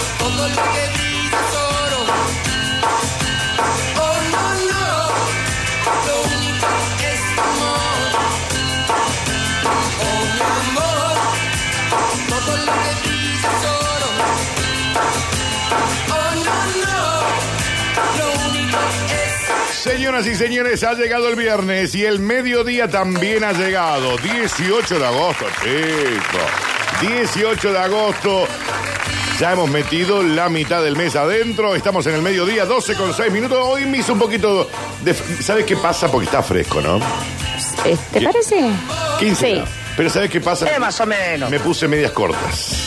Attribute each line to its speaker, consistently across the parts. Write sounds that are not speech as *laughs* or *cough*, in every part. Speaker 1: todo lo que dices oro. Oh no, no, lo único es tu amor. Oh mi amor, todo lo que dices oro. Oh no, no, lo único es
Speaker 2: Señoras y señores, ha llegado el viernes y el mediodía también ha llegado. 18 de agosto, chicos. 18 de agosto. Ya hemos metido la mitad del mes adentro. Estamos en el mediodía, 12 con 6 minutos. Hoy me hizo un poquito de... ¿Sabes qué pasa? Porque está fresco, ¿no?
Speaker 3: Eh, ¿Te
Speaker 2: ¿Qué?
Speaker 3: parece?
Speaker 2: 15
Speaker 3: Sí.
Speaker 2: grados. Pero ¿sabes qué pasa?
Speaker 4: Eh, más o menos.
Speaker 2: Me puse medias cortas.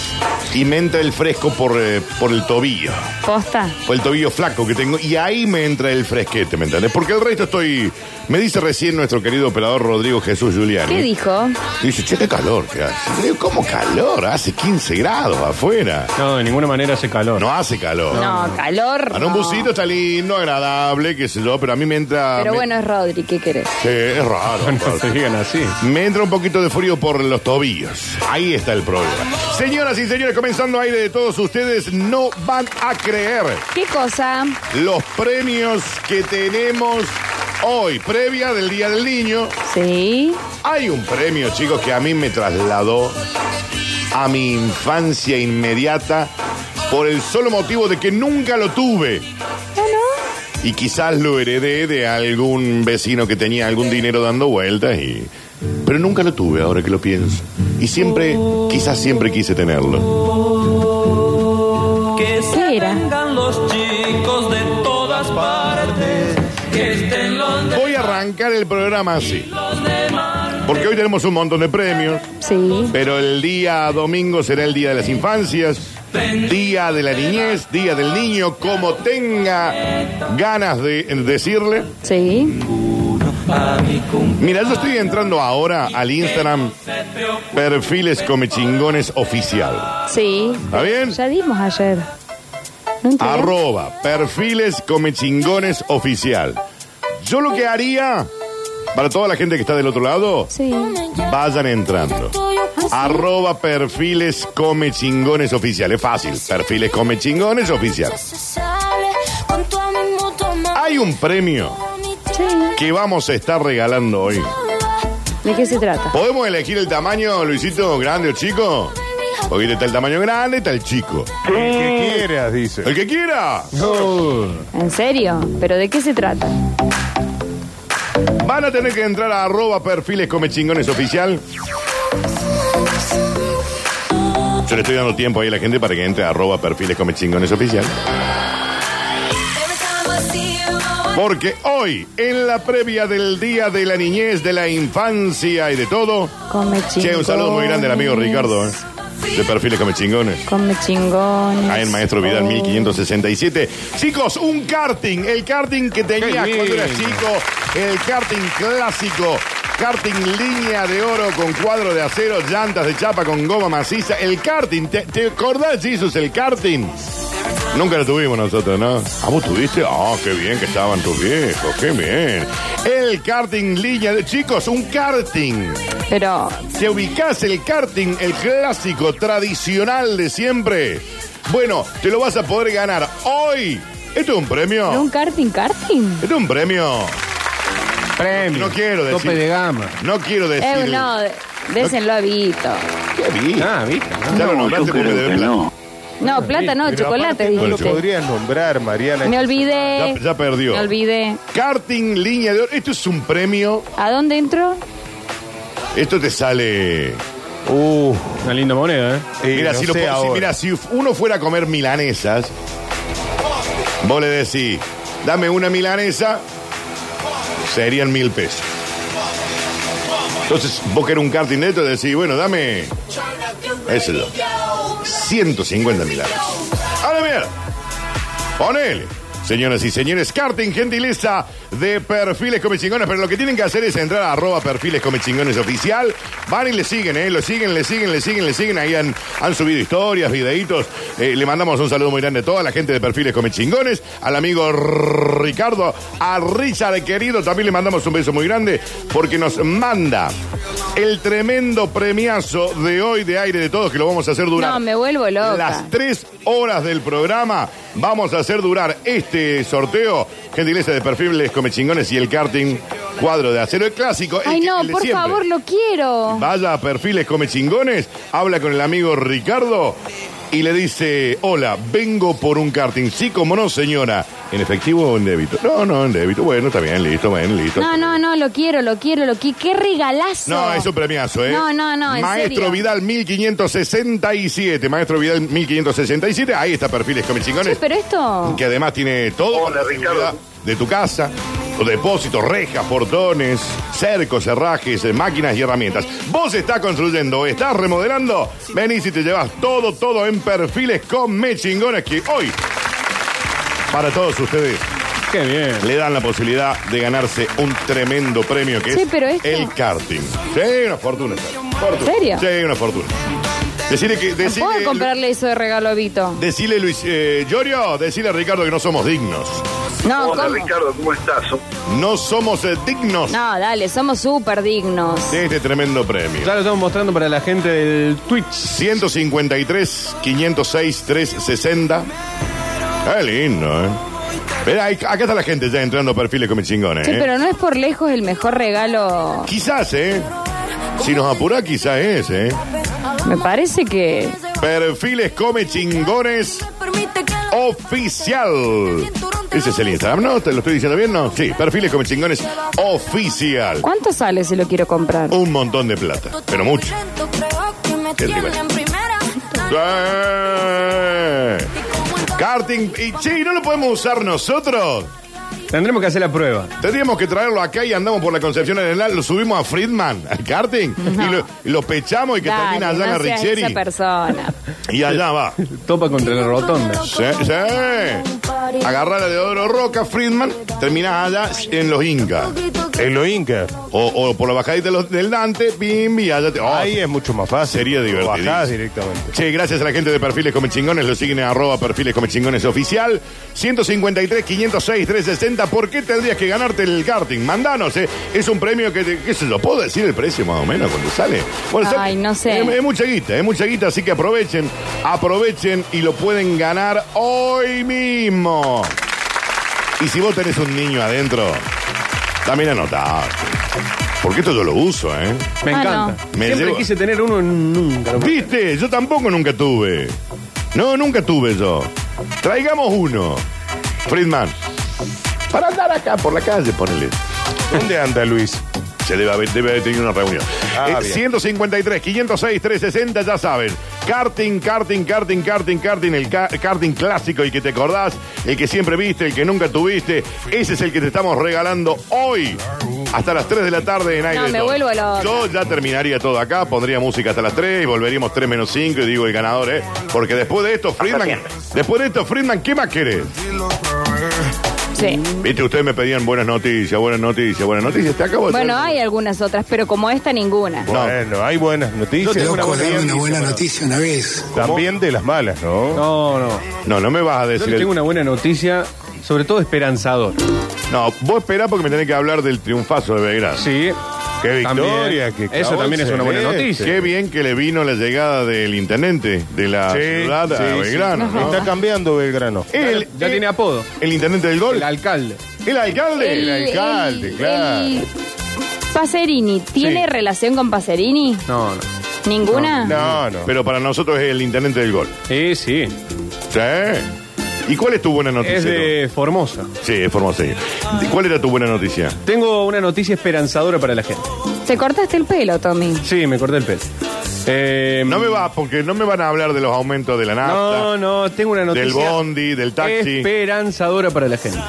Speaker 2: Y me entra el fresco por, eh, por el tobillo.
Speaker 3: Posta.
Speaker 2: Por el tobillo flaco que tengo. Y ahí me entra el fresquete, ¿me entendés? Porque el resto estoy. Me dice recién nuestro querido operador Rodrigo Jesús Julián.
Speaker 3: ¿Qué dijo?
Speaker 2: Dice, che, qué calor que hace. Le digo, ¿cómo calor? Hace 15 grados afuera.
Speaker 5: No, de ninguna manera hace calor.
Speaker 2: No hace calor.
Speaker 3: No, calor.
Speaker 2: Para un
Speaker 3: no.
Speaker 2: busito está lindo, agradable, qué sé yo, pero a mí me entra.
Speaker 3: Pero
Speaker 2: me-
Speaker 3: bueno, es Rodri, ¿qué querés?
Speaker 2: Sí, es raro.
Speaker 5: *laughs* No
Speaker 2: raro.
Speaker 5: se digan así.
Speaker 2: Me entra un poquito de frío por los tobillos. Ahí está el problema. Señoras y señores, comenzando aire de todos ustedes, no van a creer
Speaker 3: ¿Qué cosa?
Speaker 2: los premios que tenemos hoy, previa del Día del Niño.
Speaker 3: Sí.
Speaker 2: Hay un premio, chicos, que a mí me trasladó a mi infancia inmediata por el solo motivo de que nunca lo tuve. Y quizás lo heredé de algún vecino que tenía algún dinero dando vueltas y... Pero nunca lo tuve, ahora que lo pienso. Y siempre, quizás siempre quise tenerlo.
Speaker 1: Que
Speaker 3: se era?
Speaker 1: vengan los chicos de todas partes, que estén los de
Speaker 2: Voy a arrancar el programa así. Porque hoy tenemos un montón de premios.
Speaker 3: Sí.
Speaker 2: Pero el día domingo será el día de las infancias, día de la niñez, día del niño, como tenga ganas de decirle.
Speaker 3: Sí.
Speaker 2: Mira, yo estoy entrando ahora al Instagram Perfiles Comechingones Oficial.
Speaker 3: Sí.
Speaker 2: ¿Está bien?
Speaker 3: Ya dimos ayer. ¿No entendés?
Speaker 2: Arroba Perfiles Comechingones Oficial. Yo lo que haría, para toda la gente que está del otro lado,
Speaker 3: Sí.
Speaker 2: vayan entrando. Arroba perfiles come chingones oficial. Es fácil. Perfiles come chingones oficial. Hay un premio
Speaker 3: Sí.
Speaker 2: que vamos a estar regalando hoy.
Speaker 3: ¿De qué se trata?
Speaker 2: ¿Podemos elegir el tamaño, Luisito, grande o chico? Porque está el tamaño grande, está el chico.
Speaker 6: El que quieras, ah, dice.
Speaker 2: El que quiera.
Speaker 3: ¿En serio? ¿Pero de qué se trata?
Speaker 2: Van a tener que entrar a arroba perfiles come chingones oficial. Yo le estoy dando tiempo ahí a la gente para que entre a arroba perfiles come chingones oficial. Porque hoy, en la previa del Día de la Niñez, de la Infancia y de todo,
Speaker 3: Come chingones.
Speaker 2: che, un saludo muy grande al amigo Ricardo, ¿eh? de Perfiles Come Chingones.
Speaker 3: Come chingones.
Speaker 2: Ahí en Maestro Vidal
Speaker 3: Oh.
Speaker 2: 1567. Chicos, un karting. El karting que tenía
Speaker 5: Qué
Speaker 2: cuando era
Speaker 5: lindo.
Speaker 2: chico. El karting clásico. Karting línea de oro con cuadro de acero, llantas de chapa con goma maciza. El karting. ¿Te, te acordás, Jesus, el karting? Nunca lo tuvimos nosotros, ¿no? ¿A vos tuviste? Ah, qué bien que estaban tus viejos, qué bien. El karting línea de... Chicos, un karting.
Speaker 3: Pero,
Speaker 2: ¿Te ubicás el karting, el clásico tradicional de siempre? Bueno, te lo vas a poder ganar hoy. Esto es un
Speaker 3: ¿pero
Speaker 2: premio.
Speaker 3: un karting, karting?
Speaker 2: Esto es un premio.
Speaker 5: Premio.
Speaker 2: No quiero decir.
Speaker 5: Tope de gama.
Speaker 2: No quiero decir.
Speaker 3: Eh, no, desenlobito.
Speaker 2: ¿Qué vi?
Speaker 5: Ah, ¿viste?
Speaker 2: Ya lo nombraste porque debe plata.
Speaker 3: No, plata no,
Speaker 6: Pero aparte
Speaker 3: chocolate,
Speaker 6: No lo
Speaker 3: dijiste.
Speaker 6: podrías nombrar, Mariana.
Speaker 3: Me olvidé.
Speaker 2: Ya, ya perdió.
Speaker 3: Eh, Me olvidé.
Speaker 2: Karting línea de oro. Esto es un premio.
Speaker 3: ¿A dónde entro?
Speaker 2: Esto te sale.
Speaker 6: Uh,
Speaker 5: Una linda moneda, ¿eh?
Speaker 6: eh,
Speaker 2: mira,
Speaker 6: no
Speaker 2: si lo
Speaker 6: sé
Speaker 2: pon- si-
Speaker 6: ahora.
Speaker 2: mira, si uno fuera a comer milanesas, vos le decís, dame una milanesa, serían mil pesos. Entonces, vos que eres un cartineto, decís, bueno, dame. Eso es lo. 150 milanesas. Ahora mira, ponele. Señoras y señores, karting, gentileza de Perfiles Come Chingones. Pero lo que tienen que hacer es entrar a arroba Perfiles Come Chingones oficial. Van y le siguen, ¿eh? Lo siguen, le siguen, le siguen, le siguen. Ahí han, han subido historias, videitos. Eh, le mandamos un saludo muy grande a toda la gente de Perfiles Come Chingones. Al amigo R- Ricardo, a Richard querido, también le mandamos un beso muy grande porque nos manda El tremendo premiazo de hoy de aire de todos que lo vamos a hacer durar.
Speaker 3: No, me vuelvo loca.
Speaker 2: Las tres horas del programa vamos a hacer durar este sorteo. Gentileza de perfiles, comechingones y el karting cuadro de acero. El clásico. el
Speaker 3: Ay,
Speaker 2: que-
Speaker 3: no,
Speaker 2: el de
Speaker 3: por
Speaker 2: siempre.
Speaker 3: favor, lo quiero.
Speaker 2: Vaya a perfiles come chingones, habla con el amigo Ricardo y le dice, hola, vengo por un karting. Sí, como no, señora. ¿En efectivo o en débito? No, no, en débito. Bueno, está bien, listo, bien, listo.
Speaker 3: No, no, no, lo quiero, lo quiero, lo quiero. ¡Qué regalazo!
Speaker 2: No, es un premiazo, ¿eh?
Speaker 3: No, no, no, en
Speaker 2: Maestro
Speaker 3: serio.
Speaker 2: Vidal 1567. Maestro Vidal 1567. Ahí está perfiles come
Speaker 3: Che,
Speaker 2: chingones.
Speaker 3: pero esto.
Speaker 2: Que además tiene todo
Speaker 4: Hola,
Speaker 2: para la
Speaker 4: Ricardo.
Speaker 2: seguridad de tu casa, los depósitos, rejas, portones, cercos, herrajes, eh, máquinas y herramientas. Vos estás construyendo, estás remodelando, venís y te llevas todo, todo en perfiles con chingones que hoy, para todos ustedes,
Speaker 5: Qué bien.
Speaker 2: le dan la posibilidad de ganarse un tremendo premio que
Speaker 3: Sí,
Speaker 2: es
Speaker 3: pero esto-
Speaker 2: el karting. Sí, una fortuna. Sara. Fortuna.
Speaker 3: ¿En serio?
Speaker 2: Sí, una fortuna. Decirle que... Decirle,
Speaker 3: ¿Puedo comprarle eso de regalo a Vito?
Speaker 2: Decile Luis eh, Llorio, decile a Ricardo que no somos dignos.
Speaker 3: No,
Speaker 4: Hola
Speaker 3: ¿cómo?
Speaker 4: Ricardo, ¿cómo estás?
Speaker 2: No somos eh, dignos
Speaker 3: No, dale, somos súper dignos.
Speaker 2: de este tremendo premio.
Speaker 5: Ya lo estamos mostrando para la gente del Twitch.
Speaker 2: 153, 506, 360. Qué lindo, ¿eh? Verá, ahí- acá está la gente ya entrando a perfiles con mis chingones.
Speaker 3: Che,
Speaker 2: ¿eh?
Speaker 3: pero no es por lejos el mejor regalo.
Speaker 2: Quizás, ¿eh? Si nos apura, quizás es, ¿eh?
Speaker 3: Me parece que.
Speaker 2: Perfiles come chingones Oh, oficial. Ese es el Instagram, ¿no? ¿Te lo estoy diciendo bien, no? Sí, perfiles come chingones oficial.
Speaker 3: ¿Cuánto sale si lo quiero comprar?
Speaker 2: Un montón de plata, pero mucho.
Speaker 7: ¿Qué te parece?
Speaker 2: Sí. Karting y che, ¿y ¿no lo podemos usar nosotros?
Speaker 5: Tendremos que hacer la prueba.
Speaker 2: Tendríamos que traerlo acá y andamos por la Concepción Arenal, lo subimos a Friedman, al
Speaker 3: *laughs*
Speaker 2: karting, y, lo, y lo pechamos y que
Speaker 3: Dale,
Speaker 2: termina allá en la
Speaker 3: no seas esa
Speaker 2: Richeri.
Speaker 3: persona.
Speaker 2: Y allá va.
Speaker 5: Topa contra la rotonda.
Speaker 2: Sí, sí. Agarrá la de Oro Roca, Friedman, terminás allá en los Incas.
Speaker 6: En lo Inca.
Speaker 2: O, o por la bajadita de los- del Dante, bim, y allá te. oh,
Speaker 6: Ahí es mucho más fácil.
Speaker 2: Sería divertidísimo.
Speaker 6: Bajás directamente.
Speaker 2: Che, gracias a la gente de Perfiles Come Chingones, lo siguen en arroba Perfiles Come Chingones oficial. 153, 506, 360. ¿Por qué tendrías que ganarte el karting? Mandanos, eh. Es un premio que, te- qué sé yo, ¿puedo decir el precio más o menos cuando sale? Bueno,
Speaker 3: Ay,
Speaker 2: sale-
Speaker 3: no sé.
Speaker 2: Es, es mucha guita, es mucha guita, así que aprovechen, aprovechen y lo pueden ganar hoy mismo. Y si vos tenés un niño adentro, también anotá. Porque esto yo lo uso, ¿eh?
Speaker 5: Me
Speaker 3: Ah,
Speaker 5: encanta.
Speaker 2: no. Me
Speaker 5: Siempre
Speaker 2: llevo-
Speaker 5: quise tener uno, nunca lo pude.
Speaker 2: ¿Viste? Yo tampoco nunca tuve. No, nunca tuve yo. Traigamos uno. Friedman. Para andar acá por la calle, ponele.
Speaker 6: ¿Dónde anda Luis?
Speaker 2: Se debe haber, debe haber tenido una reunión.
Speaker 6: Ah,
Speaker 2: Eh,
Speaker 6: bien.
Speaker 2: 153, 506, 360, ya saben. Karting, karting, karting, karting, karting, el ca- karting clásico, el que te acordás, el que siempre viste, el que nunca tuviste. Ese es el que te estamos regalando hoy. Hasta las 3 de la tarde en aire.
Speaker 3: me
Speaker 2: Todo.
Speaker 3: vuelvo loca.
Speaker 2: Yo ya terminaría todo acá, pondría música hasta las 3 y volveríamos 3 menos 5 y digo el ganador, ¿eh? Porque después de esto, Friedman,
Speaker 4: siempre.
Speaker 2: después de esto, Friedman, ¿qué más querés?
Speaker 3: Sí.
Speaker 2: Viste, ustedes me pedían buenas noticias, buenas noticias, buenas noticias. Te acabo de
Speaker 3: Bueno,
Speaker 2: traer-
Speaker 3: hay algunas otras, pero como esta, ninguna.
Speaker 2: No.
Speaker 6: Bueno, hay buenas noticias.
Speaker 2: No
Speaker 6: Una
Speaker 8: Loco,
Speaker 6: buena
Speaker 8: dame una
Speaker 6: noticia,
Speaker 8: buena
Speaker 6: pero
Speaker 8: noticia una vez.
Speaker 6: También de las malas, ¿no?
Speaker 5: No, no.
Speaker 2: No, no me vas a
Speaker 5: Yo
Speaker 2: decir.
Speaker 5: le
Speaker 2: el-
Speaker 5: tengo una buena noticia, sobre todo esperanzador.
Speaker 2: No, vos esperá porque me tenés que hablar del triunfazo de Belgrano.
Speaker 5: Sí.
Speaker 6: Qué victoria,
Speaker 5: También.
Speaker 6: qué
Speaker 5: Eso también es una buena
Speaker 6: excelente.
Speaker 5: noticia.
Speaker 2: Qué bien que le vino la llegada del intendente de la
Speaker 6: Sí,
Speaker 2: ciudad
Speaker 6: sí,
Speaker 2: a
Speaker 6: sí.
Speaker 2: Belgrano, ¿no?
Speaker 6: Está cambiando Belgrano.
Speaker 2: El,
Speaker 5: Ya
Speaker 2: el-
Speaker 5: tiene apodo.
Speaker 2: el intendente del gol. El,
Speaker 5: El alcalde.
Speaker 2: alcalde.
Speaker 3: el- el- Pacerini, ¿tiene
Speaker 2: Sí.
Speaker 3: relación con Pacerini?
Speaker 5: No, no.
Speaker 3: ¿Ninguna?
Speaker 6: No, no.
Speaker 2: Pero para nosotros es el intendente del gol.
Speaker 5: Sí, sí.
Speaker 2: Sí. ¿Y cuál es tu buena noticia?
Speaker 5: Es de Formosa.
Speaker 2: no? Sí, es formoseño. ¿Y ¿Cuál era tu buena noticia?
Speaker 5: Tengo una noticia esperanzadora para la gente.
Speaker 3: Te cortaste el pelo, Tommy.
Speaker 5: Sí, me corté el pelo. Eh,
Speaker 2: No me va, porque no me van a hablar de los aumentos de la nafta,
Speaker 5: No, no, tengo una noticia.
Speaker 2: del bondi, del taxi.
Speaker 5: Esperanzadora para la gente.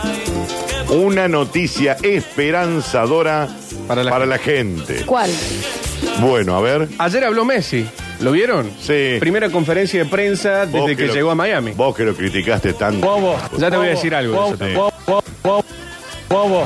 Speaker 2: Una noticia esperanzadora para
Speaker 5: Para
Speaker 2: la,
Speaker 5: la
Speaker 2: gente.
Speaker 3: ¿Cuál?
Speaker 2: Bueno, a ver.
Speaker 5: Ayer habló Messi. ¿Lo vieron?
Speaker 2: Sí.
Speaker 5: Primera conferencia de prensa
Speaker 2: Vos
Speaker 5: desde que,
Speaker 2: lo-
Speaker 5: llegó a Miami.
Speaker 2: Vos que lo criticaste tanto.
Speaker 5: Ya te voy a decir algo. de eso también.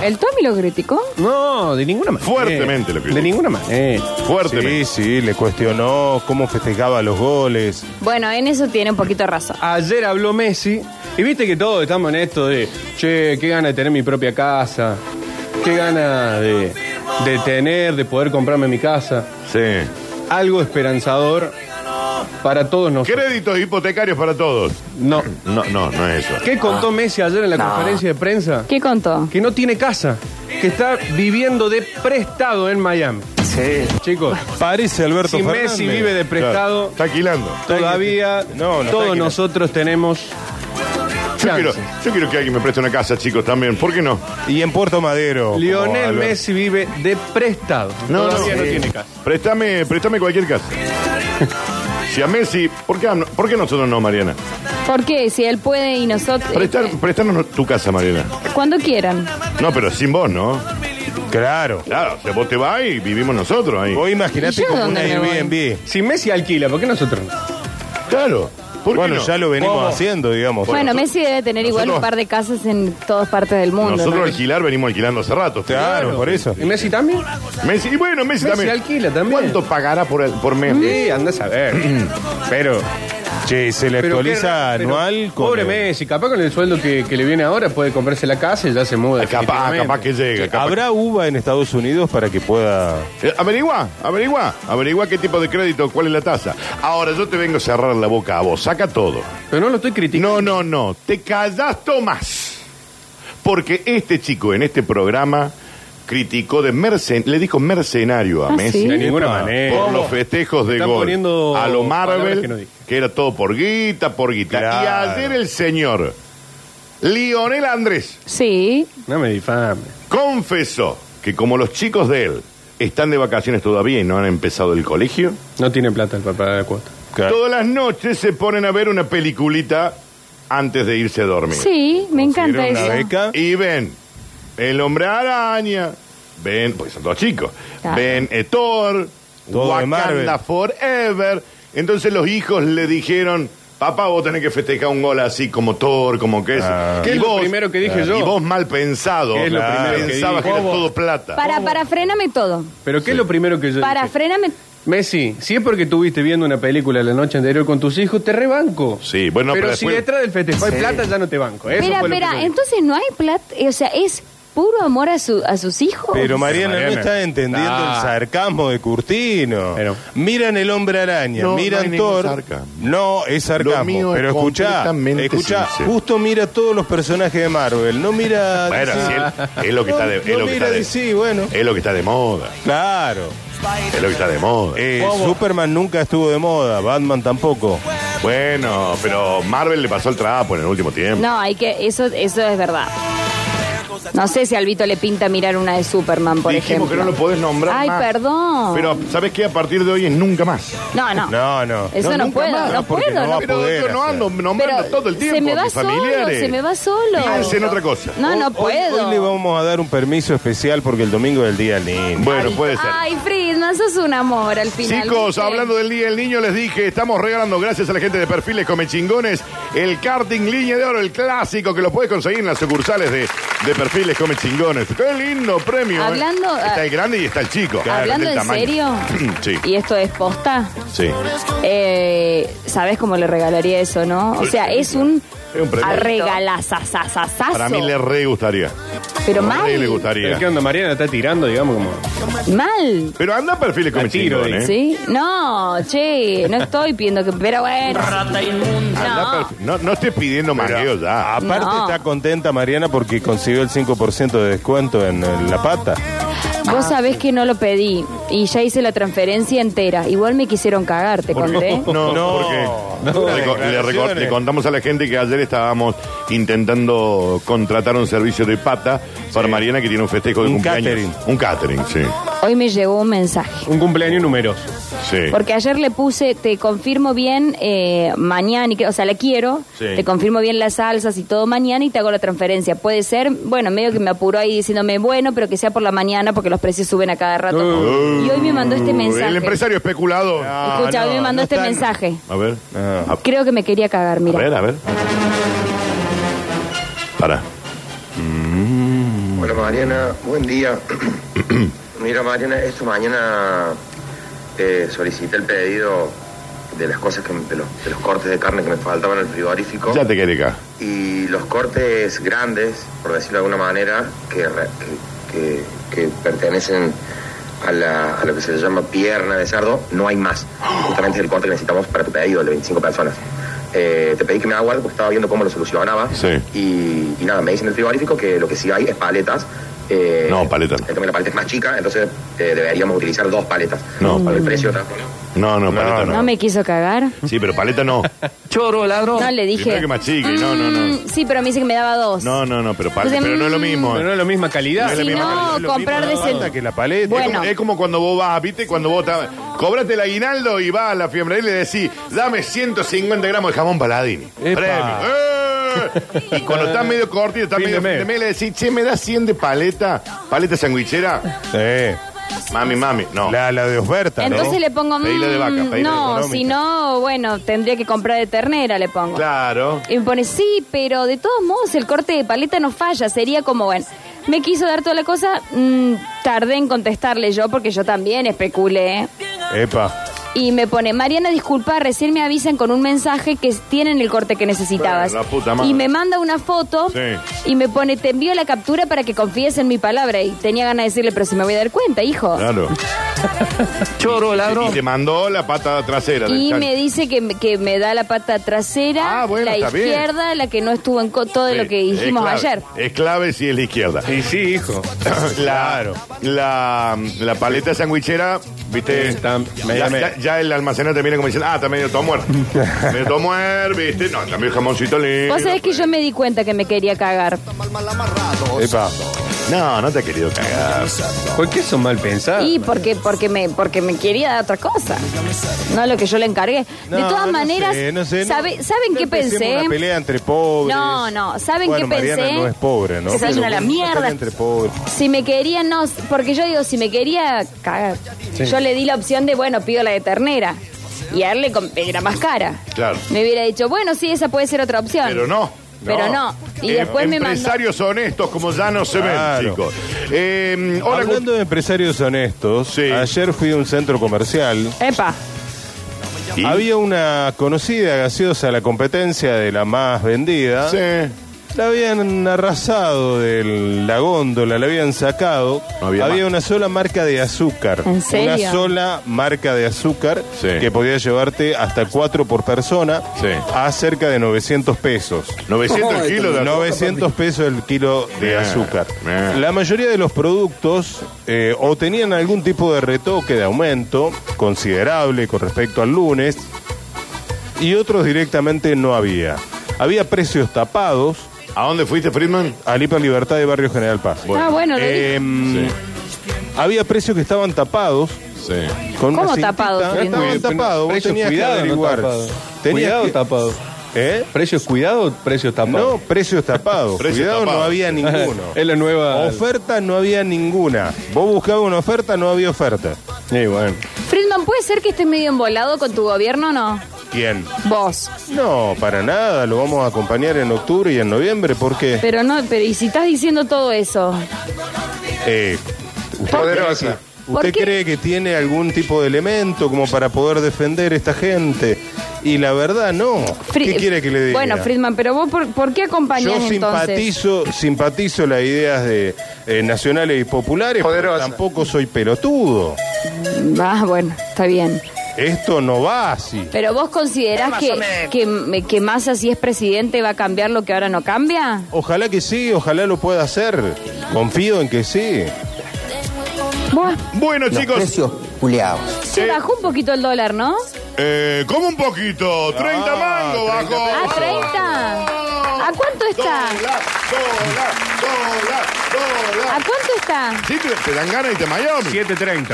Speaker 3: ¿El Tommy lo criticó?
Speaker 5: No, de ninguna manera. Eh,
Speaker 2: Fuertemente lo critico.
Speaker 5: De ninguna manera.
Speaker 2: Fuertemente.
Speaker 6: Sí, sí, le cuestionó cómo festejaba los goles.
Speaker 3: Bueno, en eso tiene un poquito de razón.
Speaker 5: Ayer habló Messi y viste que todos estamos en esto de, che, qué gana de tener mi propia casa, qué gana de, de tener, de poder comprarme mi casa.
Speaker 2: Sí.
Speaker 5: Algo esperanzador para todos nosotros.
Speaker 2: Créditos hipotecarios para todos.
Speaker 5: No.
Speaker 2: No, no, no es eso.
Speaker 5: ¿Qué contó Messi ayer en la conferencia de prensa?
Speaker 3: ¿Qué contó?
Speaker 5: Que no tiene casa, que está viviendo de prestado en Miami.
Speaker 4: Sí.
Speaker 5: Chicos,
Speaker 6: Parece Alberto
Speaker 5: si
Speaker 6: Fernández.
Speaker 5: Messi vive de
Speaker 2: Claro,
Speaker 5: prestado,
Speaker 2: Está alquilando.
Speaker 5: todavía
Speaker 6: No, no,
Speaker 5: todos
Speaker 6: tranquilo.
Speaker 5: nosotros tenemos
Speaker 2: Yo quiero,
Speaker 5: chances.
Speaker 2: yo quiero que alguien me preste una casa, chicos, también. ¿Por qué no?
Speaker 6: Y en Puerto Madero. como
Speaker 5: Lionel
Speaker 6: Alberto.
Speaker 5: Messi vive de prestado.
Speaker 2: No,
Speaker 5: todavía
Speaker 2: no.
Speaker 5: no
Speaker 2: Sí.
Speaker 5: tiene casa.
Speaker 2: Préstame, préstame cualquier casa. *laughs* Si a Messi, ¿por qué, a no- por qué nosotros no, Mariana?
Speaker 3: ¿Por qué? Si él puede y nosotros...
Speaker 2: Prestar, prestarnos tu casa, Mariana.
Speaker 3: Cuando quieran.
Speaker 2: No, pero sin vos, ¿no?
Speaker 6: Claro.
Speaker 2: Claro, o sea, vos te vas y vivimos nosotros ahí.
Speaker 6: Vos
Speaker 3: ¿Y
Speaker 6: imaginate
Speaker 3: yo
Speaker 6: como
Speaker 3: dónde me
Speaker 6: una
Speaker 3: voy?
Speaker 6: Airbnb.
Speaker 5: Si Messi alquila, ¿por qué nosotros no?
Speaker 2: Claro. ¿Por qué
Speaker 6: Bueno,
Speaker 2: no?
Speaker 6: ya lo venimos
Speaker 5: ¿Cómo?
Speaker 6: haciendo, digamos.
Speaker 3: Bueno,
Speaker 2: nosotros-
Speaker 3: Messi debe tener igual un
Speaker 2: nosotros-
Speaker 3: par de casas en todas partes del mundo.
Speaker 2: Nosotros
Speaker 3: ¿no?
Speaker 2: alquilar venimos alquilando hace rato.
Speaker 6: Claro, por eso.
Speaker 5: ¿Y Messi también?
Speaker 2: Messi, y bueno, Messi,
Speaker 5: Messi
Speaker 2: también.
Speaker 5: alquila también.
Speaker 2: ¿Cuánto pagará por, el- por mes? Eh,
Speaker 5: Sí, anda a
Speaker 6: *clears throat*
Speaker 5: saber. pero.
Speaker 6: Che, se le
Speaker 5: pero
Speaker 6: actualiza
Speaker 5: qué- pero
Speaker 6: anual con
Speaker 5: Pobre
Speaker 6: el-
Speaker 5: Messi, capaz con el sueldo que, que le viene ahora puede comprarse la casa y ya se muda.
Speaker 2: Capaz,
Speaker 5: definitivamente.
Speaker 2: capaz que llega. capaz que-
Speaker 6: ¿Habrá uva en Estados Unidos para que pueda...?
Speaker 2: Eh, Averigua, averigua, averigua qué tipo de crédito, cuál es la tasa. Ahora yo te vengo a cerrar la boca a vos, saca todo.
Speaker 5: Pero no lo estoy criticando.
Speaker 2: No, no, no, te callás, Tomás. Porque este chico en este programa criticó de mercen, le dijo mercenario a
Speaker 3: Ah,
Speaker 2: Messi.
Speaker 3: ¿sí?
Speaker 5: de ninguna
Speaker 6: Epa,
Speaker 5: manera.
Speaker 2: Por los festejos de
Speaker 5: Está
Speaker 2: gol.
Speaker 5: poniendo
Speaker 2: A lo
Speaker 5: palabras
Speaker 2: Marvel,
Speaker 5: que no
Speaker 2: que,
Speaker 5: dije.
Speaker 2: era todo por guita, por guita. Y
Speaker 6: Claro.
Speaker 2: ayer el señor Lionel Andrés
Speaker 3: Sí.
Speaker 5: No me difame.
Speaker 2: confesó que como los chicos de él están de vacaciones todavía y no han empezado el colegio,
Speaker 5: No tiene plata el papá de la cuota.
Speaker 2: todas las noches se ponen a ver una peliculita antes de irse a dormir.
Speaker 3: Sí, me encanta
Speaker 6: una
Speaker 3: eso.
Speaker 6: beca.
Speaker 2: Y ven el hombre araña, ven, pues son todos chicos,
Speaker 3: Claro.
Speaker 2: ven eh, Thor,
Speaker 6: Todo de
Speaker 2: Wakanda
Speaker 6: Marvel.
Speaker 2: Forever. Entonces los hijos le dijeron, papá, vos tenés que festejar un gol así como Thor, como que es.
Speaker 6: Ah.
Speaker 5: ¿Qué es lo primero que dije yo?
Speaker 2: Y vos mal pensado,
Speaker 5: ¿Qué es lo
Speaker 2: claro,
Speaker 5: primero que
Speaker 2: pensabas que,
Speaker 5: dije?
Speaker 2: era
Speaker 5: Bobo.
Speaker 2: todo plata.
Speaker 3: Para, para, fréname todo.
Speaker 5: Pero ¿qué es lo primero que yo
Speaker 3: Para,
Speaker 5: dije?
Speaker 3: fréname...
Speaker 5: Messi, si es porque estuviste viendo una película la noche anterior con tus hijos, te rebanco.
Speaker 2: Sí, bueno,
Speaker 5: pero,
Speaker 2: pero
Speaker 5: si
Speaker 2: después-
Speaker 5: detrás del festejo hay plata, ya no te banco. Eso
Speaker 3: Espera,
Speaker 5: fue lo que yo
Speaker 3: espera,
Speaker 5: dije.
Speaker 3: entonces no hay plata, o sea, es puro amor a, su- a sus hijos.
Speaker 6: Pero Mariana, no está entendiendo
Speaker 5: Ah.
Speaker 6: el sarcasmo de Curtino.
Speaker 5: Pero-
Speaker 6: miran el hombre araña,
Speaker 2: No, no hay
Speaker 6: miran
Speaker 2: ningún
Speaker 6: Thor.
Speaker 2: sarcasmo.
Speaker 6: No, es
Speaker 2: Lo mío
Speaker 6: sarcasmo.
Speaker 2: es
Speaker 6: Pero escuchá,
Speaker 2: completamente
Speaker 6: escuchá,
Speaker 2: sincero.
Speaker 6: justo mira todos los personajes de Marvel. No mira.
Speaker 2: Bueno,
Speaker 6: DC.
Speaker 2: si él- es lo que está de-
Speaker 6: No,
Speaker 2: es lo
Speaker 6: no
Speaker 2: que
Speaker 6: mira
Speaker 2: está de-
Speaker 6: DC, bueno.
Speaker 2: Es lo que está de moda,
Speaker 6: Claro.
Speaker 2: es lo que está de moda.
Speaker 6: Eh, Superman nunca estuvo de moda, Batman tampoco.
Speaker 2: Bueno, pero Marvel le pasó el trapo en el último tiempo.
Speaker 3: No, hay que, eso, eso es verdad. No sé si al Vito le pinta mirar una de Superman, por
Speaker 2: Dijimos
Speaker 3: ejemplo.
Speaker 2: que no lo podés nombrar
Speaker 3: Ay,
Speaker 2: más.
Speaker 3: perdón.
Speaker 2: Pero, ¿sabes qué? A partir de hoy es nunca más.
Speaker 3: no, no.
Speaker 6: No, no.
Speaker 3: Eso no,
Speaker 6: nunca
Speaker 3: puedo,
Speaker 6: más,
Speaker 3: no
Speaker 6: porque
Speaker 3: puedo,
Speaker 6: va a
Speaker 3: no
Speaker 2: Pero
Speaker 6: poder
Speaker 2: yo no
Speaker 6: hacer.
Speaker 2: ando nombrando
Speaker 3: Pero
Speaker 2: todo el tiempo
Speaker 3: se me
Speaker 2: a
Speaker 3: va
Speaker 2: mis
Speaker 3: solo,
Speaker 2: familiares.
Speaker 3: se me va solo.
Speaker 2: Piensa en otra cosa.
Speaker 3: No, no
Speaker 6: Hoy-
Speaker 3: puedo.
Speaker 6: Hoy le vamos a dar un permiso especial porque el domingo es el día del niño.
Speaker 2: Bueno, puede ser.
Speaker 3: Ay, Friedman, sos un amor al final.
Speaker 2: Chicos,
Speaker 3: ¿viste?
Speaker 2: hablando del Día del Niño, les dije, estamos regalando, gracias a la gente de Perfiles Come Chingones, el karting línea de oro, el clásico que lo puedes conseguir en las sucursales de, de Perfiles Come Chingones. Qué lindo premio. ¿eh?
Speaker 3: Hablando,
Speaker 2: Está
Speaker 3: ah,
Speaker 2: el grande y está el chico.
Speaker 3: Hablando
Speaker 2: del
Speaker 3: en
Speaker 2: tamaño.
Speaker 3: serio,
Speaker 2: *clears throat* sí,
Speaker 3: y esto es posta,
Speaker 2: sí.
Speaker 3: eh, ¿sabes cómo le regalaría eso, no? O sea, es un,
Speaker 2: Es un premio.
Speaker 3: regalazazazazazo.
Speaker 2: Para mí le re gustaría.
Speaker 3: Pero
Speaker 2: A mí le
Speaker 3: mal,
Speaker 2: gustaría.
Speaker 5: Pero ¿Qué onda? Mariana está tirando, digamos, como.
Speaker 3: mal.
Speaker 2: Pero anda Perfiles Come
Speaker 5: Al tiro,
Speaker 2: Chingones. ¿eh?
Speaker 3: ¿Sí? No, che, no estoy pidiendo que... Pero bueno,
Speaker 1: Rata inmunda.
Speaker 2: Anda
Speaker 3: no.
Speaker 2: Perfi- no, no estés pidiendo mangueo ya.
Speaker 6: Aparte
Speaker 3: No.
Speaker 6: está contenta Mariana porque consiguió el 5% de descuento en, en la pata.
Speaker 3: Vos sabés que no lo pedí y ya hice la transferencia entera. Igual me quisieron cagar, te conté.
Speaker 2: No,
Speaker 6: No,
Speaker 2: porque
Speaker 6: no.
Speaker 2: Reco- le, reco-
Speaker 6: Declaraciones.
Speaker 2: le contamos a la gente que ayer estábamos intentando contratar un servicio de pata para Mariana que tiene un festejo de
Speaker 6: Un
Speaker 2: cumpleaños.
Speaker 6: catering.
Speaker 2: Un catering, sí.
Speaker 3: Hoy me llegó un mensaje.
Speaker 5: Un cumpleaños numeroso.
Speaker 2: sí.
Speaker 3: Porque ayer le puse, te confirmo bien eh, mañana, y que- o sea, la quiero,
Speaker 2: Sí.
Speaker 3: te confirmo bien las salsas y todo mañana y te hago la transferencia. Puede ser, bueno, medio que me apuró ahí diciéndome, bueno, pero que sea por la mañana porque los precios suben a cada rato.
Speaker 2: Uh,
Speaker 3: y hoy me mandó este mensaje.
Speaker 2: El empresario Ah, especulado.
Speaker 3: Escucha, hoy me mandó este mensaje.
Speaker 2: A ver. A,
Speaker 3: Creo que me quería cagar,
Speaker 2: a ver,
Speaker 3: mira.
Speaker 2: a ver. Para.
Speaker 8: Hola Mariana, buen día. Mira Mariana, esta mañana eh, solicité el pedido de las cosas que me- de, los, de los cortes de carne que me faltaban en el frigorífico
Speaker 2: Ya te quedé acá.
Speaker 8: y los cortes grandes, por decirlo de alguna manera, que, re- que, que- que pertenecen a, la- a lo que se llama pierna de cerdo, no hay más. Justamente es el corte que necesitamos para tu pedido, el de 25 personas. Eh, te pedí que me aguarde porque estaba viendo cómo lo solucionaba.
Speaker 2: Sí.
Speaker 8: Y, y nada, me dicen en el frigorífico que lo que sí hay es paletas. eh,
Speaker 2: No, paleta no.
Speaker 8: El tema de la paleta es más chica, entonces eh, deberíamos utilizar dos paletas.
Speaker 2: No.
Speaker 8: Para el precio, ¿no?
Speaker 2: No, no, paleta no.
Speaker 3: No me quiso cagar.
Speaker 2: Sí, pero paleta no.
Speaker 1: Choro, ladrón.
Speaker 3: No le
Speaker 2: Primero
Speaker 3: dije.
Speaker 2: que más chica, y no, no, no.
Speaker 3: Mm, Sí, pero me dice que me daba dos.
Speaker 2: No, no, no, pero paleta.
Speaker 3: Entonces,
Speaker 2: Pero no es lo mismo. ¿eh?
Speaker 5: Pero no es la misma calidad.
Speaker 2: es la
Speaker 3: Si
Speaker 2: misma calidad,
Speaker 3: no,
Speaker 2: es lo
Speaker 3: comprar de
Speaker 2: mismo,
Speaker 3: ese-
Speaker 6: Banda que la paleta.
Speaker 2: Es
Speaker 3: Bueno.
Speaker 2: como- Es como cuando vos vas, ¿viste? Cuando vos estás. Cobrate el aguinaldo y vas a la fiambrería y le decís, dame 150 gramos de jamón paladini.
Speaker 5: Epa.
Speaker 2: Premio. ¡Eh! Y cuando estás medio cortito, estás
Speaker 5: Fin
Speaker 2: medio
Speaker 5: de mes.
Speaker 2: fin de mes, le decís, che, me das 100 de paleta, paleta sandwichera.
Speaker 6: Eh,
Speaker 2: Mami, mami. No.
Speaker 6: la, la de oferta,
Speaker 3: Entonces
Speaker 6: ¿no?
Speaker 3: le pongo.
Speaker 2: Pedila de vaca,
Speaker 3: mm,
Speaker 2: pedila
Speaker 3: no,
Speaker 2: económica.
Speaker 3: si no, bueno, tendría que comprar de ternera, le pongo.
Speaker 2: Claro.
Speaker 3: Y me pone, sí, pero de todos modos el corte de paleta no falla. Sería como, bueno, me quiso dar toda la cosa, mm, tardé en contestarle yo porque yo también especulé.
Speaker 6: Epa.
Speaker 3: Y me pone, Mariana, disculpa, recién me avisan con un mensaje que tienen el corte que necesitabas.
Speaker 2: Pero la puta madre.
Speaker 3: Y me manda una foto
Speaker 2: Sí.
Speaker 3: y me pone, te envío la captura para que confíes en mi palabra. Y tenía ganas de decirle, pero si me voy a dar cuenta, hijo.
Speaker 2: Claro.
Speaker 1: Choro,
Speaker 2: Y
Speaker 1: ladrón.
Speaker 2: te mandó la pata trasera. del
Speaker 3: Y
Speaker 2: chancho.
Speaker 3: me dice que, me- que me da la pata trasera,
Speaker 2: Ah, bueno,
Speaker 3: la
Speaker 2: está bien.
Speaker 3: izquierda, la que no estuvo en co- todo
Speaker 2: Sí, eh,
Speaker 3: lo que
Speaker 2: es
Speaker 3: dijimos
Speaker 2: clave.
Speaker 3: ayer.
Speaker 2: Es clave si es la izquierda.
Speaker 5: Y sí, hijo.
Speaker 2: *coughs* La, la, la paleta sandwichera, viste,
Speaker 5: Está media,
Speaker 2: ya,
Speaker 5: media.
Speaker 2: ya- ya el almacenero termina como diciendo, ah, está medio todo
Speaker 6: *laughs*
Speaker 2: muerto. medio todo muerto, viste. No, también jamoncito lindo.
Speaker 3: Vos sabés que yo me di cuenta que me quería cagar.
Speaker 6: Epa.
Speaker 2: No, no te ha querido cagar.
Speaker 5: ¿Por qué son mal
Speaker 2: Ah,
Speaker 5: pensados?
Speaker 3: Y porque, porque me, porque me quería dar otra cosa. No lo que yo le encargué. de
Speaker 6: No,
Speaker 3: todas
Speaker 6: no
Speaker 3: maneras,
Speaker 6: sé, no sé, no-
Speaker 3: sabe- ¿saben
Speaker 6: no
Speaker 3: qué
Speaker 6: empecemos
Speaker 3: pensé?
Speaker 6: Una pelea entre pobres.
Speaker 3: No, no, ¿saben
Speaker 6: Bueno,
Speaker 3: qué pensé?
Speaker 6: Mariana no es pobre, ¿no?
Speaker 3: Que se vayan
Speaker 6: Pero
Speaker 3: a la
Speaker 6: una pelea
Speaker 3: mierda.
Speaker 6: entre pobres.
Speaker 3: Si me quería, no, porque yo digo, si me quería cagar, yo le di la opción de, bueno, pido la de ternera. Y a él le com- era más cara.
Speaker 2: Claro.
Speaker 3: Me hubiera dicho, bueno, sí, esa puede ser otra opción.
Speaker 2: Pero no. Em,
Speaker 3: Pero no.
Speaker 6: Eh,
Speaker 3: Y después me mandó-
Speaker 2: Empresarios honestos como ya no se ven,
Speaker 6: Claro.
Speaker 2: chicos. Eh, hola,
Speaker 6: Hablando de empresarios honestos,
Speaker 2: Sí.
Speaker 6: ayer fui a un centro comercial.
Speaker 3: Epa,
Speaker 2: ¿Y?
Speaker 6: Había una conocida gaseosa, la competencia de la más vendida.
Speaker 2: Sí.
Speaker 6: La habían arrasado de la góndola, la habían sacado.
Speaker 2: No había más.
Speaker 6: una sola marca de azúcar.
Speaker 3: ¿En serio?
Speaker 6: Una sola marca de azúcar
Speaker 2: Sí.
Speaker 6: que podía llevarte hasta cuatro por persona
Speaker 2: Sí.
Speaker 6: a cerca de 900 pesos.
Speaker 2: 900 kilos de
Speaker 6: 900 pesos el kilo de
Speaker 2: Bien,
Speaker 6: azúcar.
Speaker 2: bien.
Speaker 6: La mayoría de los productos eh, o tenían algún tipo de retoque de aumento considerable con respecto al lunes y otros directamente no había. Había precios tapados
Speaker 2: ¿A dónde fuiste, Friedman?
Speaker 6: al Hiper Libertad de Barrio General Paz.
Speaker 3: Ah, bueno, lo dije.
Speaker 6: Em,
Speaker 2: Mm.
Speaker 6: Había precios que estaban tapados
Speaker 2: Sí.
Speaker 6: con
Speaker 3: ¿Cómo
Speaker 6: una cintita.
Speaker 3: tapados,
Speaker 6: No
Speaker 3: Friedman?
Speaker 6: estaban tapados, vos
Speaker 5: Precios
Speaker 6: tenías
Speaker 5: cuidado,
Speaker 6: que
Speaker 5: no
Speaker 6: averiguar.
Speaker 5: tapado.
Speaker 6: Tenías
Speaker 5: cuidado
Speaker 6: que-
Speaker 5: tapado.
Speaker 6: ¿Eh?
Speaker 5: ¿Precios cuidado o precios
Speaker 6: No,
Speaker 5: tapados?
Speaker 6: precios
Speaker 5: *laughs*
Speaker 6: tapados.
Speaker 2: Precios
Speaker 6: Cuidado,
Speaker 2: tapados.
Speaker 6: no había ninguno.
Speaker 5: es la nueva.
Speaker 6: Oferta no había ninguna. Vos buscabas una oferta, no había oferta.
Speaker 5: Y bueno.
Speaker 3: Friedman, ¿puede ser que estés medio embolado con tu gobierno o no?
Speaker 6: ¿Quién?
Speaker 3: Vos.
Speaker 6: No, para nada. Lo vamos a acompañar en octubre y en noviembre porque
Speaker 3: Pero no, pero ¿y si estás diciendo todo eso?
Speaker 6: eh, usted,
Speaker 8: Poderosa.
Speaker 3: ¿Por
Speaker 6: usted
Speaker 3: qué?
Speaker 6: cree que tiene algún tipo de elemento como para poder defender esta gente y la verdad no.
Speaker 3: Fri-
Speaker 6: ¿Qué quiere que le diga?
Speaker 3: Bueno, Friedman, pero vos, ¿por, por qué acompañás
Speaker 6: Yo
Speaker 3: entonces?
Speaker 6: simpatizo, simpatizo las ideas de eh, nacionales y populares, pero
Speaker 8: Poderosa.
Speaker 6: tampoco soy pelotudo.
Speaker 3: Ah, bueno, está bien.
Speaker 6: Esto no va así.
Speaker 3: Pero vos considerás que, que, que Massa, si es presidente, va a cambiar lo que ahora no cambia?
Speaker 6: Ojalá que sí, ojalá lo pueda hacer. Confío en que sí.
Speaker 3: Buah,
Speaker 2: Bueno, chicos,
Speaker 4: Precios culeados.
Speaker 3: se bajó un poquito el dólar, ¿no?
Speaker 2: eh, como un poquito. 30
Speaker 6: Ah,
Speaker 2: mangos bajo.
Speaker 3: ¿A 30? ¿A cuánto está?
Speaker 2: Dólar, dólar, dólar, dólar.
Speaker 3: ¿A cuánto está?
Speaker 2: Sí, te, te dan ganas de irte a Miami.
Speaker 5: 7.30.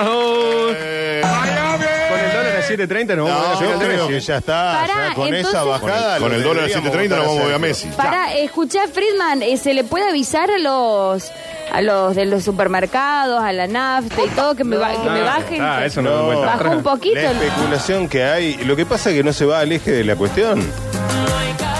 Speaker 2: 7-3.
Speaker 5: Oh.
Speaker 2: Eh,
Speaker 5: Con el dólar a 7.30 nos vamos
Speaker 2: No,
Speaker 5: a ver
Speaker 6: Yo
Speaker 5: la final de
Speaker 6: creo
Speaker 5: Messi.
Speaker 6: que ya está.
Speaker 3: Pará,
Speaker 6: ya con
Speaker 3: entonces-
Speaker 6: esa bajada.
Speaker 2: Con
Speaker 6: lo
Speaker 2: el dólar a
Speaker 6: deberíamos
Speaker 2: 7.30 nos
Speaker 6: votar
Speaker 2: vamos a ver a
Speaker 6: Sergio.
Speaker 2: Messi.
Speaker 3: Para, escuchá, Friedman, eh, ¿se le puede avisar a los a los de los supermercados, a la nafta y todo, que me, ba- que me
Speaker 5: Ah,
Speaker 3: bajen?
Speaker 5: Ah,
Speaker 3: Que-
Speaker 5: eso no, lo cuenta.
Speaker 3: Bajó un poquito.
Speaker 6: La especulación que hay, lo que pasa es que no se va al eje de la cuestión.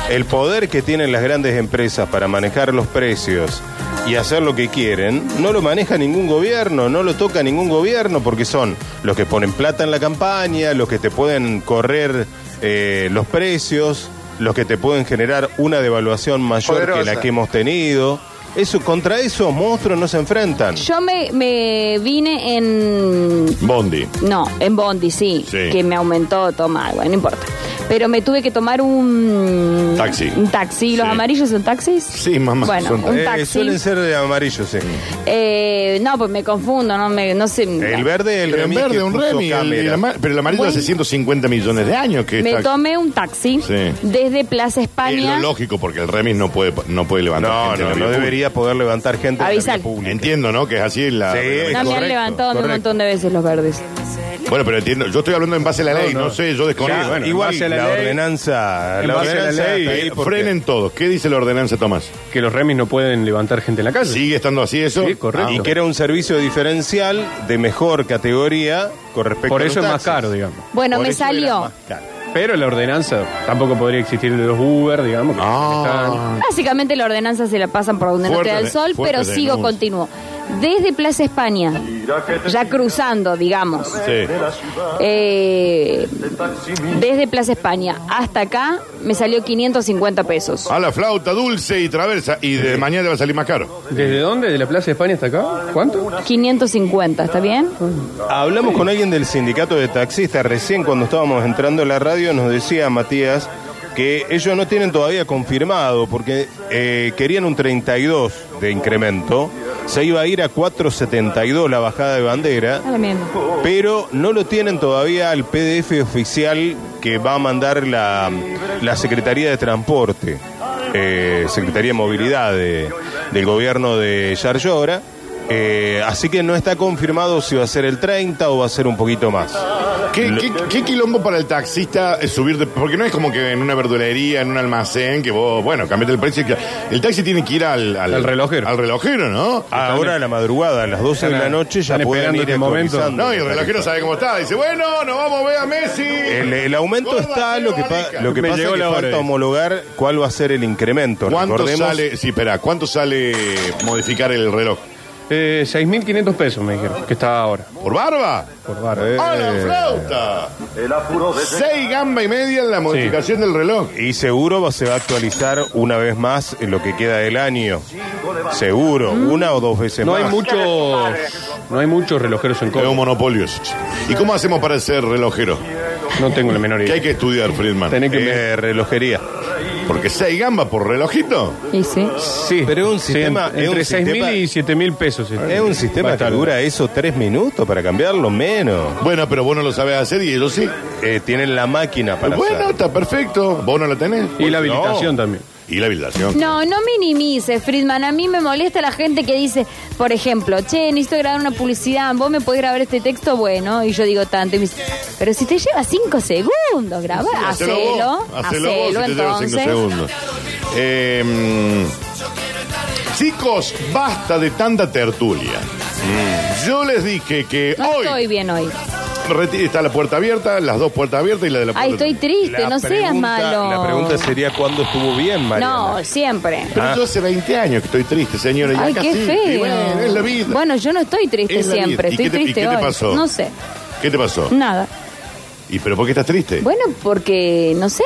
Speaker 6: El poder que tienen las grandes empresas para manejar los precios y hacer lo que quieren, no lo maneja ningún gobierno, no lo toca ningún gobierno, porque son los que ponen plata en la campaña, los que te pueden correr eh, los precios, los que te pueden generar una devaluación mayor que
Speaker 8: Poderosa.
Speaker 6: la que hemos tenido. Eso, contra esos monstruos no se enfrentan.
Speaker 3: Yo me, me vine en.
Speaker 2: Bondi.
Speaker 3: No, en Bondi, sí.
Speaker 2: Sí.
Speaker 3: Que me aumentó tomar, bueno, no importa. Pero me tuve que tomar un.
Speaker 2: Taxi.
Speaker 3: Un taxi. ¿Los
Speaker 2: Sí.
Speaker 3: amarillos son taxis?
Speaker 2: Sí, mamá,
Speaker 3: Bueno,
Speaker 2: son
Speaker 3: un
Speaker 6: Eh,
Speaker 3: taxi.
Speaker 6: suelen ser de amarillo, sí.
Speaker 3: Eh, no, pues me confundo, no, me, no sé.
Speaker 6: El verde, el
Speaker 2: Pero en
Speaker 6: remis
Speaker 2: verde,
Speaker 6: que
Speaker 2: un
Speaker 6: puso
Speaker 2: remi. el-
Speaker 6: cámara.
Speaker 2: el ama- pero el amarillo
Speaker 3: Bueno.
Speaker 2: hace 150 millones de años que
Speaker 3: Me
Speaker 2: está-
Speaker 3: tomé un taxi
Speaker 2: Sí.
Speaker 3: desde Plaza
Speaker 2: Es
Speaker 3: España.
Speaker 2: lo lógico, porque el remis no puede, no puede levantar
Speaker 6: No,
Speaker 2: gente en
Speaker 6: no,
Speaker 2: la
Speaker 6: no
Speaker 2: vía
Speaker 6: debería poder levantar gente de la
Speaker 3: Avisar.
Speaker 6: vía pública.
Speaker 2: Entiendo, ¿no? Que es así la.
Speaker 6: Sí,
Speaker 2: la-
Speaker 3: no, me
Speaker 6: correcto,
Speaker 3: han levantado a mí un
Speaker 6: correcto.
Speaker 3: montón de veces los verdes.
Speaker 2: Bueno, pero entiendo. Yo estoy hablando en base a la ley, no, sé, yo desconozco.
Speaker 5: Sí, bueno, en
Speaker 6: Igual
Speaker 5: base a la
Speaker 6: la,
Speaker 5: ley-
Speaker 6: ordenanza,
Speaker 5: en
Speaker 6: la
Speaker 5: base a la
Speaker 6: ordenanza
Speaker 5: ley,
Speaker 6: está ahí
Speaker 2: Eh,
Speaker 6: porque-
Speaker 2: frenen todos. ¿Qué dice la ordenanza, Tomás?
Speaker 5: Que los remis no pueden levantar gente en la calle.
Speaker 2: ¿Sigue estando así eso? Ah,
Speaker 5: Sí, correcto.
Speaker 6: y que era un servicio diferencial de mejor categoría con respecto
Speaker 5: Por
Speaker 6: a los
Speaker 5: eso es más
Speaker 6: taxis.
Speaker 5: caro, digamos.
Speaker 3: Bueno,
Speaker 6: Por
Speaker 3: me
Speaker 6: eso era
Speaker 3: salió.
Speaker 6: más caro.
Speaker 5: Pero la ordenanza tampoco podría existir de los Uber, digamos. que
Speaker 2: Ah.
Speaker 3: Básicamente la ordenanza se la pasan por donde
Speaker 2: Fuerte
Speaker 3: no te da
Speaker 2: de-
Speaker 3: el sol,
Speaker 2: fuerte
Speaker 3: pero sigo,
Speaker 2: denuncia.
Speaker 3: continuo. Desde Plaza España, ya cruzando, digamos,
Speaker 2: Sí.
Speaker 3: eh, desde Plaza España hasta acá me salió 550 pesos.
Speaker 2: A la flauta dulce y traversa. Y de mañana va a salir más caro.
Speaker 5: están- ¿Desde dónde? ¿De la Plaza de España hasta acá? ¿Cuánto?
Speaker 3: 550, ¿está bien?
Speaker 6: Hablamos con alguien del sindicato de taxistas recién cuando estábamos entrando a la radio, nos decía Matías que ellos no tienen todavía confirmado porque eh, querían un 32 de incremento, se iba a ir a 4.72 la bajada de bandera,
Speaker 3: A la mierda.
Speaker 6: pero no lo tienen todavía al PDF oficial que va a mandar la, la Secretaría de Transporte, eh, Secretaría de Movilidad de- del gobierno de Yarlora. Eh, así que no está confirmado si va a ser el 30 o va a ser un poquito más.
Speaker 2: ¿Qué, qué, qué quilombo para el taxista es subir de.? Porque no es como que en una verdulería, en un almacén, que vos, bueno, cambiate el precio. y que- El taxi tiene que ir al.
Speaker 5: Al relojero.
Speaker 2: Al relojero, ¿no?
Speaker 6: Ahora a la madrugada, a las 12 de la noche, ya
Speaker 5: Están
Speaker 6: pueden
Speaker 5: esperando
Speaker 6: ir
Speaker 5: este momento.
Speaker 6: actualizando.
Speaker 2: No, y el relojero sabe cómo está. Dice, bueno, nos vamos a ver a Messi.
Speaker 6: El, el aumento
Speaker 2: Gorda,
Speaker 6: está,
Speaker 2: pero
Speaker 6: lo que, pa-
Speaker 2: arisca.
Speaker 6: lo que
Speaker 5: Me
Speaker 6: pasa es
Speaker 5: llegó
Speaker 6: que
Speaker 5: la hora,
Speaker 6: falta
Speaker 5: dice.
Speaker 6: homologar cuál va a ser el incremento.
Speaker 2: ¿Cuánto
Speaker 6: Recordemos-
Speaker 2: sale, sí, espera, ¿cuánto sale modificar el reloj?
Speaker 5: Eh, 6.500 pesos me dijeron, que está ahora.
Speaker 2: ¿Por barba?
Speaker 5: Por
Speaker 6: eh,
Speaker 5: barra.
Speaker 2: ¡A la flauta! Seis gamba y media en la modificación del reloj.
Speaker 6: Y seguro va- se va a actualizar una vez más en lo que queda del año. Seguro, una o dos veces
Speaker 5: No
Speaker 6: más.
Speaker 5: hay muchos, no hay muchos relojeros en
Speaker 2: Es un
Speaker 5: Córdoba.
Speaker 2: monopolio. eso. ¿Y cómo hacemos para ser relojero?
Speaker 5: No tengo la menor
Speaker 2: Que hay
Speaker 5: idea.
Speaker 2: que estudiar, Friedman.
Speaker 5: Tenés que
Speaker 6: Eh, relojería.
Speaker 2: Porque seis gamba por relojito.
Speaker 3: Y sí.
Speaker 5: Sí,
Speaker 6: Pero es un
Speaker 5: sí,
Speaker 6: sistema-
Speaker 5: en-
Speaker 6: es un
Speaker 5: entre 6.000 y 7.000 pesos. este.
Speaker 6: Es un sistema que dura eso tres minutos para cambiarlo, menos.
Speaker 2: Bueno, pero vos no lo sabés hacer y ellos sí.
Speaker 6: Eh, tienen la máquina para
Speaker 2: Bueno,
Speaker 6: hacer.
Speaker 2: está perfecto. Vos no la tenés.
Speaker 5: Y la habilitación
Speaker 2: No.
Speaker 5: también.
Speaker 2: Y la habilitación.
Speaker 3: No, no minimices, Friedman. A mí me molesta la gente que dice, por ejemplo, che, necesito grabar una publicidad, vos me podés grabar este texto bueno, y yo digo tanto. Y me dice, pero si te lleva cinco segundos grabar,
Speaker 2: Hacelo
Speaker 3: hacelo,
Speaker 2: vos, hacelo vos si
Speaker 3: hacelo
Speaker 2: te lleva cinco
Speaker 3: entonces.
Speaker 2: segundos. Eh, chicos, basta de tanta tertulia. Yo les dije que
Speaker 3: No
Speaker 2: hoy
Speaker 3: estoy bien hoy.
Speaker 2: reti- está la puerta abierta, las dos puertas abiertas y la de la puerta.
Speaker 3: Ay, estoy triste,
Speaker 6: La
Speaker 3: no seas
Speaker 6: pregunta-
Speaker 3: malo.
Speaker 6: La pregunta sería cuándo estuvo bien, Mariana.
Speaker 3: No, siempre.
Speaker 2: Pero yo hace 20 años que estoy triste, señora. y
Speaker 3: Ay,
Speaker 2: acá
Speaker 3: qué
Speaker 2: sí.
Speaker 3: feo.
Speaker 2: Y bueno, es la vida.
Speaker 3: Bueno, yo no estoy triste
Speaker 2: Es la vida.
Speaker 3: siempre,
Speaker 2: ¿Y
Speaker 3: estoy
Speaker 2: qué te- y
Speaker 3: triste
Speaker 2: qué te
Speaker 3: hoy.
Speaker 2: pasó?
Speaker 3: No sé,
Speaker 2: ¿Qué te pasó?
Speaker 3: nada.
Speaker 2: ¿Y pero por qué estás triste?
Speaker 3: Bueno, porque, no sé,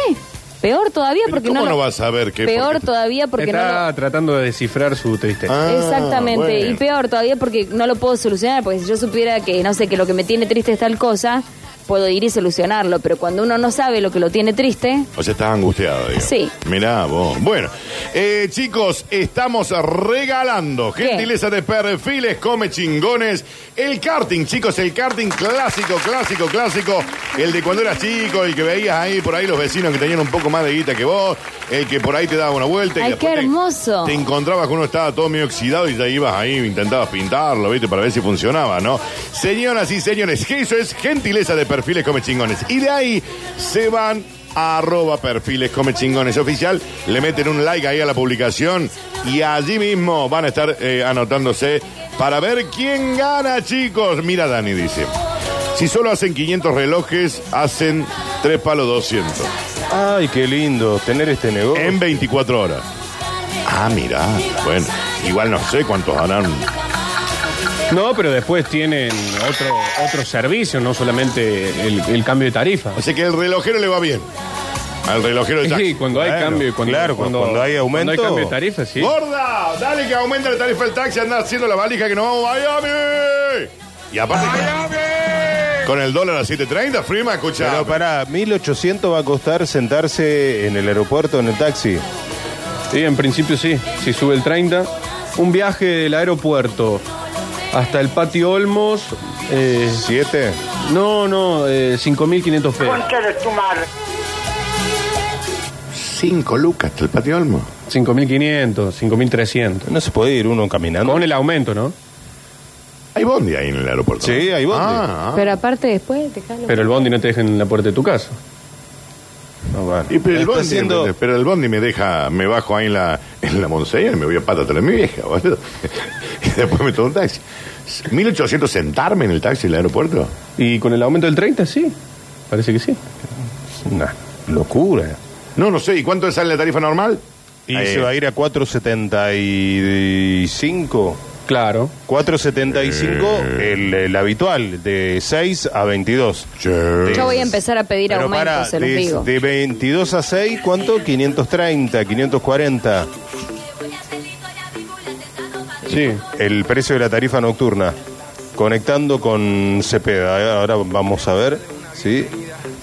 Speaker 3: peor todavía
Speaker 2: Pero
Speaker 3: porque
Speaker 2: ¿Cómo
Speaker 3: no...
Speaker 2: no,
Speaker 3: lo-
Speaker 2: vas a ver qué?
Speaker 3: Peor
Speaker 2: por qué-
Speaker 3: todavía porque no... lo-
Speaker 5: Está tratando de descifrar su tristeza.
Speaker 2: Ah,
Speaker 3: Exactamente,
Speaker 2: bueno.
Speaker 3: y peor todavía porque no lo puedo solucionar, porque si yo supiera que, no sé, que lo que me tiene triste es tal cosa, puedo ir y solucionarlo, pero cuando uno no sabe lo que lo tiene triste,
Speaker 2: O sea, estás angustiado, digo.
Speaker 3: Sí.
Speaker 2: Mirá vos. Bueno, eh, chicos, estamos regalando
Speaker 3: ¿Qué?
Speaker 2: gentileza de perfiles, come chingones. El karting, chicos, el karting clásico, clásico, clásico. El de cuando eras chico, el que veías ahí por ahí los vecinos que tenían un poco más de guita que vos. El que por ahí te daba una vuelta. y
Speaker 3: Ay,
Speaker 2: después
Speaker 3: qué
Speaker 2: te-
Speaker 3: hermoso.
Speaker 2: Te, encontrabas que uno estaba todo medio oxidado y ya ibas ahí, intentabas pintarlo, ¿viste? Para ver si funcionaba, ¿no? Señoras y señores, eso es gentileza de perfiles come chingones. Y de ahí se van a arroba perfiles come chingones oficial, le meten un like ahí a la publicación y allí mismo van a estar eh, anotándose para ver quién gana, chicos. Mira, Dani dice. Si solo hacen 500 relojes, hacen 3 palos 200
Speaker 6: Ay, qué lindo tener este negocio.
Speaker 2: en 24 horas. Ah, mira, bueno, igual no sé cuántos harán.
Speaker 5: No, pero después tienen otro, otro servicio, no solamente el, el cambio de tarifa.
Speaker 2: Así que el relojero le va bien. Al relojero de
Speaker 5: Sí,
Speaker 2: Jack.
Speaker 5: cuando hay
Speaker 6: Bueno,
Speaker 5: cambio. Cuando,
Speaker 6: claro, cuando hay aumento.
Speaker 5: Cuando hay cambio de tarifa, sí.
Speaker 2: ¡Gorda! Dale que aumenta la tarifa del taxi, anda haciendo la valija que nos vamos a Miami. Y aparte. Con el dólar a 7.30, Frima, escucha.
Speaker 6: Pero pará, 1800 va a costar sentarse en el aeropuerto, en el taxi.
Speaker 5: Sí, en principio sí. Si sube el 30. Un viaje del aeropuerto hasta el patio Olmos. eh,
Speaker 6: ¿Siete?
Speaker 5: no, no, eh, 5.500 pesos.
Speaker 2: Cinco lucas hasta el patio Olmo.
Speaker 5: 5.500, 5.300.
Speaker 6: No se puede ir uno caminando.
Speaker 5: Con el aumento, ¿no?
Speaker 2: Hay bondi ahí en el aeropuerto.
Speaker 6: Sí, hay bondi.
Speaker 2: Ah, ah.
Speaker 3: Pero aparte después te jalo.
Speaker 5: Pero el bondi no te deja en la puerta de tu casa.
Speaker 6: No, bueno.
Speaker 2: Y pero, el
Speaker 6: Está
Speaker 2: bondi,
Speaker 6: haciendo-
Speaker 2: pero el bondi me deja, me bajo ahí en la, en la Monseña y me voy a pata atrás de mi vieja, boludo. *laughs* Y después me tomo un taxi. 1800 sentarme en el taxi del aeropuerto.
Speaker 5: Y con el aumento del 30, sí. Parece que sí.
Speaker 6: Una locura.
Speaker 2: No, no sé, ¿y cuánto sale la tarifa normal?
Speaker 6: Y
Speaker 2: Eh,
Speaker 6: se va a ir a 475.
Speaker 5: Claro.
Speaker 6: 475 el, el habitual, de 6 a 22.
Speaker 2: che.
Speaker 3: Yo voy a empezar a pedir
Speaker 6: Pero
Speaker 3: aumentos,
Speaker 6: para,
Speaker 3: se los
Speaker 6: de,
Speaker 3: digo.
Speaker 6: de 22 a 6, ¿cuánto? 530, 540.
Speaker 5: Sí.
Speaker 6: El precio de la tarifa nocturna. Conectando con Cepeda. ¿eh? Ahora vamos a ver. ¿sí?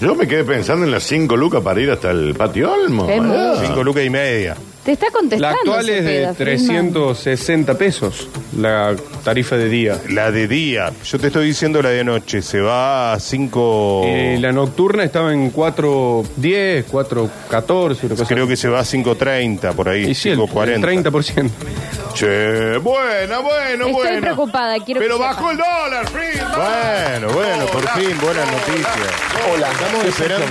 Speaker 2: Yo me quedé pensando en las 5 lucas para ir hasta el patio Olmo.
Speaker 3: Es
Speaker 2: boludo.
Speaker 6: 5 lucas y media.
Speaker 3: Te está
Speaker 5: La
Speaker 3: contestando.
Speaker 5: actual es de
Speaker 3: Cepeda, Friedman.
Speaker 5: 360 pesos la tarifa de día.
Speaker 6: La de día. Yo te estoy diciendo la de noche. Se va a 5.
Speaker 5: Eh, la nocturna estaba en 4.10, 4.14, una cosa
Speaker 6: Creo que se va a 5.30 por ahí.
Speaker 5: Y sí, el, el
Speaker 6: 5.40.
Speaker 5: 30%.
Speaker 2: Che, bueno, bueno,
Speaker 3: Estoy
Speaker 2: bueno.
Speaker 3: preocupada, quiero
Speaker 2: Pero
Speaker 3: que
Speaker 2: bajó el dólar, Frima.
Speaker 6: Bueno, bueno, por
Speaker 2: Hola,
Speaker 6: fin, buenas
Speaker 2: hola,
Speaker 6: noticias. Hola, estamos esperando,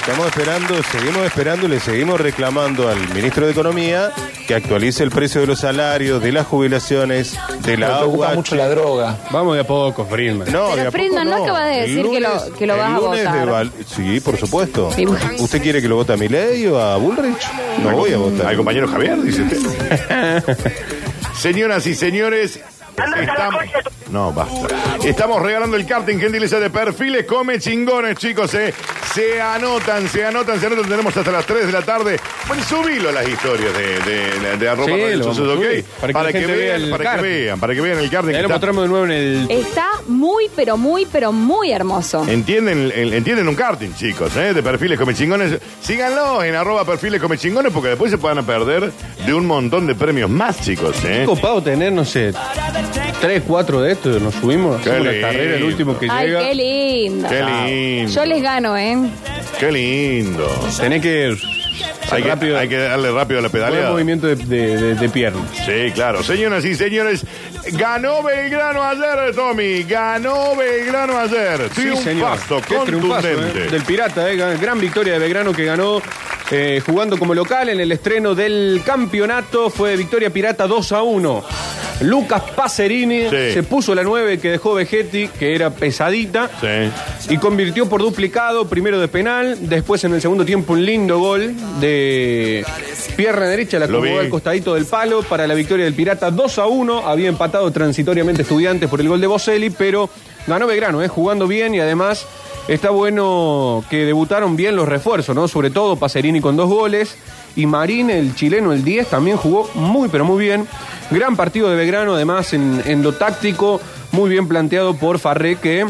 Speaker 6: estamos esperando, seguimos esperando, le seguimos reclamando al ministro de Economía que actualice el precio de los salarios, de las jubilaciones, de la agua.
Speaker 5: Vamos de a poco, Friedman.
Speaker 6: No,
Speaker 3: Pero
Speaker 6: de a poco
Speaker 3: Friedman, ¿no acaba de
Speaker 6: El
Speaker 3: decir que lo- que lo
Speaker 6: el
Speaker 3: vas a
Speaker 6: lunes
Speaker 3: votar?
Speaker 6: de val- sí, por supuesto.
Speaker 3: Sí.
Speaker 6: ¿Usted quiere que lo vote a Milei o a Bullrich? No voy a votar.
Speaker 2: Al compañero Javier, dice usted.
Speaker 6: *laughs*
Speaker 2: Señoras y señores, estamos... No, basta. Estamos regalando el karting gentileza de perfiles come chingones, chicos, eh. Se anotan, se anotan, se anotan. Tenemos hasta las 3 de la tarde. Bueno, subilo a las historias de, de, de, arroba
Speaker 5: Sí,
Speaker 2: Radio
Speaker 5: lo
Speaker 2: Sucesos,
Speaker 5: vamos a
Speaker 2: ¿ok?
Speaker 5: subir, para que
Speaker 2: Para
Speaker 5: la
Speaker 2: que
Speaker 5: gente vea
Speaker 2: vean,
Speaker 5: el
Speaker 2: para que
Speaker 5: karting.
Speaker 2: vean, para que vean el karting. que
Speaker 5: Ahí lo
Speaker 2: está-
Speaker 5: mostramos de nuevo en el...
Speaker 3: Está muy, pero muy, pero muy hermoso.
Speaker 2: Entienden, el- entienden un karting, chicos, ¿eh? de perfiles comechingones. Síganlo en arroba perfiles comechingones porque después se van a perder de un montón de premios más, chicos. ¿eh?
Speaker 5: Qué copado tener, no sé, 3, 4 de estos, nos subimos,
Speaker 2: Qué
Speaker 5: hacemos la
Speaker 2: lindo.
Speaker 5: carrera, el último que
Speaker 3: Ay,
Speaker 5: llega.
Speaker 3: qué lindo.
Speaker 2: Qué lindo.
Speaker 3: Yo les gano, ¿eh?
Speaker 2: Qué lindo.
Speaker 5: Tenés que...
Speaker 2: Hay que,
Speaker 5: rápido,
Speaker 2: hay que darle rápido a la
Speaker 5: buen
Speaker 2: pedaleada.
Speaker 5: movimiento de, de, de- de pierna.
Speaker 2: Sí, claro. Señoras y señores, ganó Belgrano ayer, Tommy. Ganó Belgrano ayer. Triunfazo
Speaker 5: Qué triunfazo,
Speaker 2: contundente.
Speaker 5: ¿eh? Del Pirata, eh, gran- gran victoria de Belgrano que ganó eh, jugando como local en el estreno del campeonato. Fue victoria Pirata 2 a 1. Lucas Pacerini
Speaker 2: Sí.
Speaker 5: se puso la 9 que dejó Vegetti, que era pesadita.
Speaker 2: Sí.
Speaker 5: Y convirtió por duplicado, primero de penal, después en el segundo tiempo un lindo gol de pierna derecha, la
Speaker 2: Lo
Speaker 5: acomodó
Speaker 2: vi.
Speaker 5: al costadito del palo para la victoria del Pirata 2 a 1. Había empatado transitoriamente Estudiantes por el gol de Boselli, pero ganó Belgrano, eh, jugando bien y además está bueno que debutaron bien los refuerzos, ¿no? Sobre todo Pacerini con dos goles y Marín, el chileno, el 10, también jugó muy, pero muy bien. Gran partido de Belgrano, además en, en lo táctico, muy bien planteado por Farré que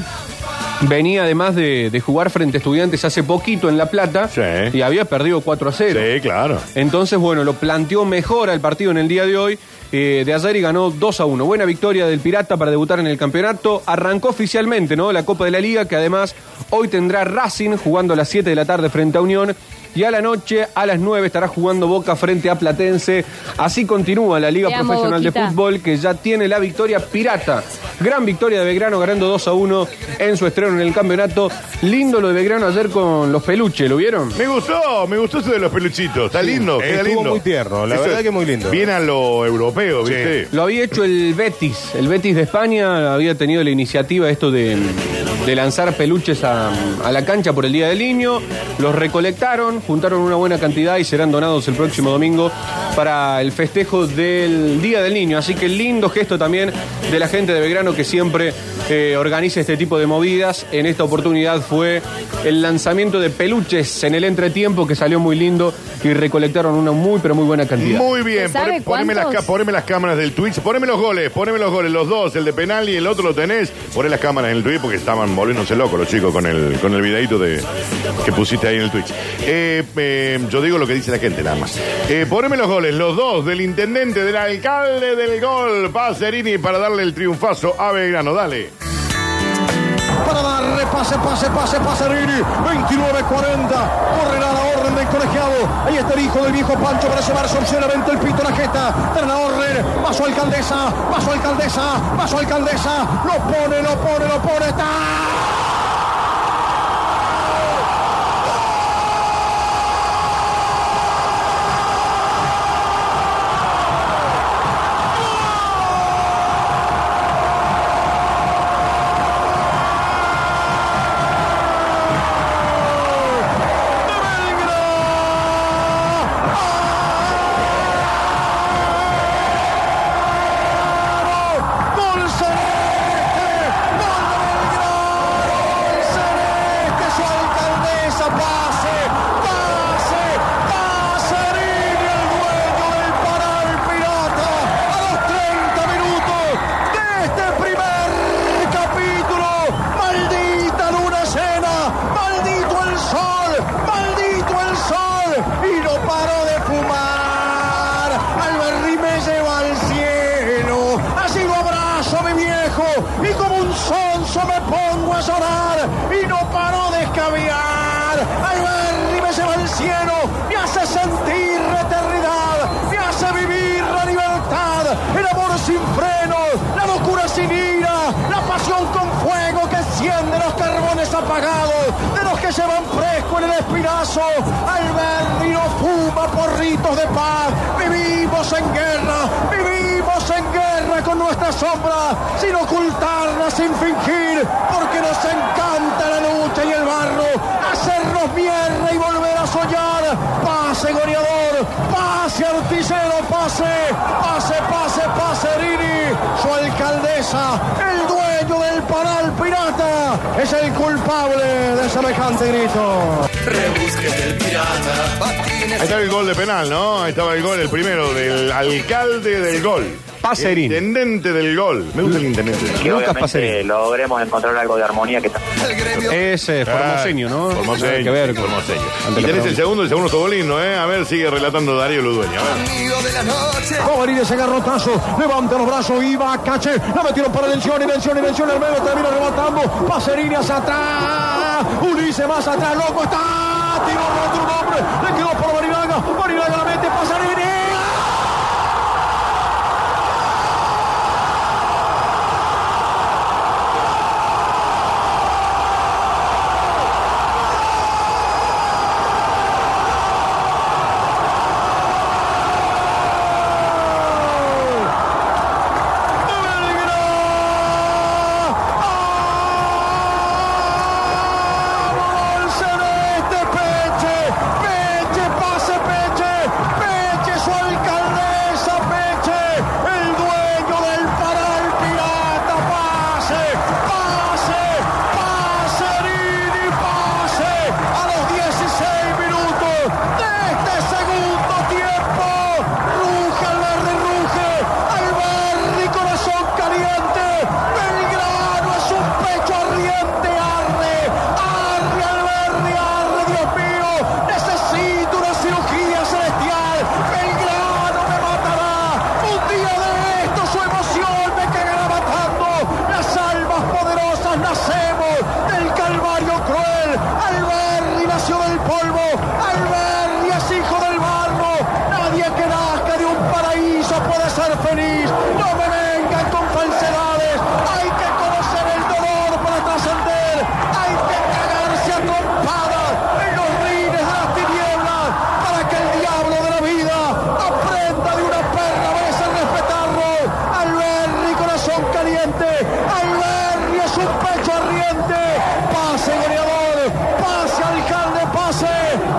Speaker 5: Venía además de, de jugar frente a estudiantes hace poquito en La Plata
Speaker 2: Sí.
Speaker 5: y había perdido 4 a 0.
Speaker 2: Sí, claro.
Speaker 5: Entonces, bueno, lo planteó mejor al partido en el día de hoy, eh, de ayer y ganó 2 a 1. Buena victoria del Pirata para debutar en el campeonato. Arrancó oficialmente, ¿no? La Copa de la Liga, que además hoy tendrá Racing jugando a las 7 de la tarde frente a Unión. Y a la noche, a las 9, estará jugando Boca frente a Platense. Así continúa la Liga
Speaker 3: Te amo,
Speaker 5: Profesional de
Speaker 3: Boquita.
Speaker 5: Fútbol, que ya tiene la victoria pirata. Gran victoria de Belgrano, ganando 2 a 1 en su estreno en el campeonato. Lindo lo de Belgrano ayer con los peluches, ¿lo vieron?
Speaker 2: Me gustó, me gustó eso de los peluchitos. Está lindo,
Speaker 6: Eh,
Speaker 2: queda
Speaker 6: estuvo
Speaker 2: lindo.
Speaker 6: muy tierno, la verdad que muy lindo.
Speaker 2: Bien a lo europeo,
Speaker 6: Sí.
Speaker 2: ¿viste?
Speaker 5: Lo había hecho el Betis. El Betis de España había tenido la iniciativa esto de, de lanzar peluches a, a la cancha por el Día del Niño. Los recolectaron, juntaron una buena cantidad y serán donados el próximo domingo para el festejo del Día del Niño. Así que lindo gesto también de la gente de Belgrano que siempre eh, organiza este tipo de movidas. En esta oportunidad fue el lanzamiento de peluches en el entretiempo que salió muy lindo y recolectaron una muy, pero muy buena cantidad.
Speaker 2: Muy bien,
Speaker 3: ¿Se sabe
Speaker 2: Poné- poneme las,
Speaker 3: cuántos?
Speaker 2: ca- poneme las cámaras del Twitch, poneme los goles, poneme los goles, los dos, el de penal y el otro lo tenés. Poné las cámaras en el Twitch porque estaban volviéndose locos los chicos con el, con el videito de, que pusiste ahí en el Twitch. Eh, eh, yo digo lo que dice la gente nada más. Eh, poneme los goles, los dos, del intendente, del alcalde del gol, Pacerini, para darle el triunfazo a Belgrano. Dale.
Speaker 4: para darle pase, pase, pase, pase Rini. 29-40. Corre la orden del colegiado. Ahí está el hijo del viejo Pancho para llevarse obscenamente el pito a la jeta. Tras la orden. Paso alcaldesa. Paso alcaldesa. Paso alcaldesa. Lo pone, lo pone, lo pone. ¡Está! ¡Ah! Celeste, su alcaldesa, pase, pase, Pacerini, el dueño del Paral Pirata, a los 30 minutos de este primer capítulo. Maldita luna llena, maldito el sol, maldito el sol, y no paró de fumar. Alberri me lleva al cielo, así lo abrazo, mi viejo, y como un sonso me pongo a llorar y no paro de escabiar. Alberti me lleva al cielo, me hace sentir la eternidad, me hace vivir la libertad, el amor sin frenos, la locura sin ira, la pasión con fuego que enciende los carbones apagados de los que llevan fresco en el espinazo. Alberti no fuma porritos de paz, vivimos en guerra, vivimos en guerra con nuestra sombra, sin ocultarla, sin fingir, porque nos encanta la lucha y el barro, hacernos mierda y volver a soñar. Pase goleador, pase artillero, pase, pase, pase, pase Rini, su alcaldesa, el dueño del paral pirata, es el culpable de semejante grito.
Speaker 2: Ahí estaba el gol de penal, ¿no? Ahí estaba el gol, el primero, del alcalde del gol.
Speaker 5: Pacerini.
Speaker 2: Intendente del gol. Me gusta el intendente del gol.
Speaker 9: que
Speaker 5: Lucas
Speaker 9: obviamente
Speaker 5: Pacerini.
Speaker 9: logremos encontrar algo de armonía que está
Speaker 5: Ese formoseño, ¿no?
Speaker 2: Formoseño.
Speaker 5: Nada que ver con-
Speaker 2: Formoseño.
Speaker 5: Ante
Speaker 2: Y tenés
Speaker 5: la
Speaker 2: el
Speaker 5: pregunta.
Speaker 2: segundo, el segundo estuvo lindo, ¿eh? A ver, sigue relatando Darío Ludueña. A ver.
Speaker 4: Cobarini ese garrotazo, levanta los brazos, iba a cache, la metieron para Lencioni, Lencioni, Lencioni, al medio termina rematando, Pacerini hacia atrás, Ulises más atrás, loco está, tiró otro nombre, le quedó por Barinaga, Barinaga la mete, Pacerini. ¡Ah! Celeste, este Peche, Peche, pase Peche, Peche, su alcaldesa, Peche, el dueño del paral pirata, pase, pase, pase, Nini, pase, a los 16 minutos de este segundo tiempo, ruge el verde, ruge, al verde, corazón caliente, Belgrano es un pecho ardiente, arde, arde al verde, arde, Dios mío, necesito una cirugía celestial, Belgrano me matará, un día de esto su emoción me cagará matando, las almas poderosas nacemos del calvario cruel, Alberti nació del polvo, Alberti es hijo del barro, nadie que nazca de un paraíso puede ser feliz, no me vengan con falsedades, hay que conocer el dolor para trascender, hay que cagarse a trompadas en los rines de las tinieblas para que el diablo de la vida aprenda de una perra vez a respetarlo. Alberri, corazón caliente, Alberri es un pecho ardiente, pase goleador, pase alcalde, pase,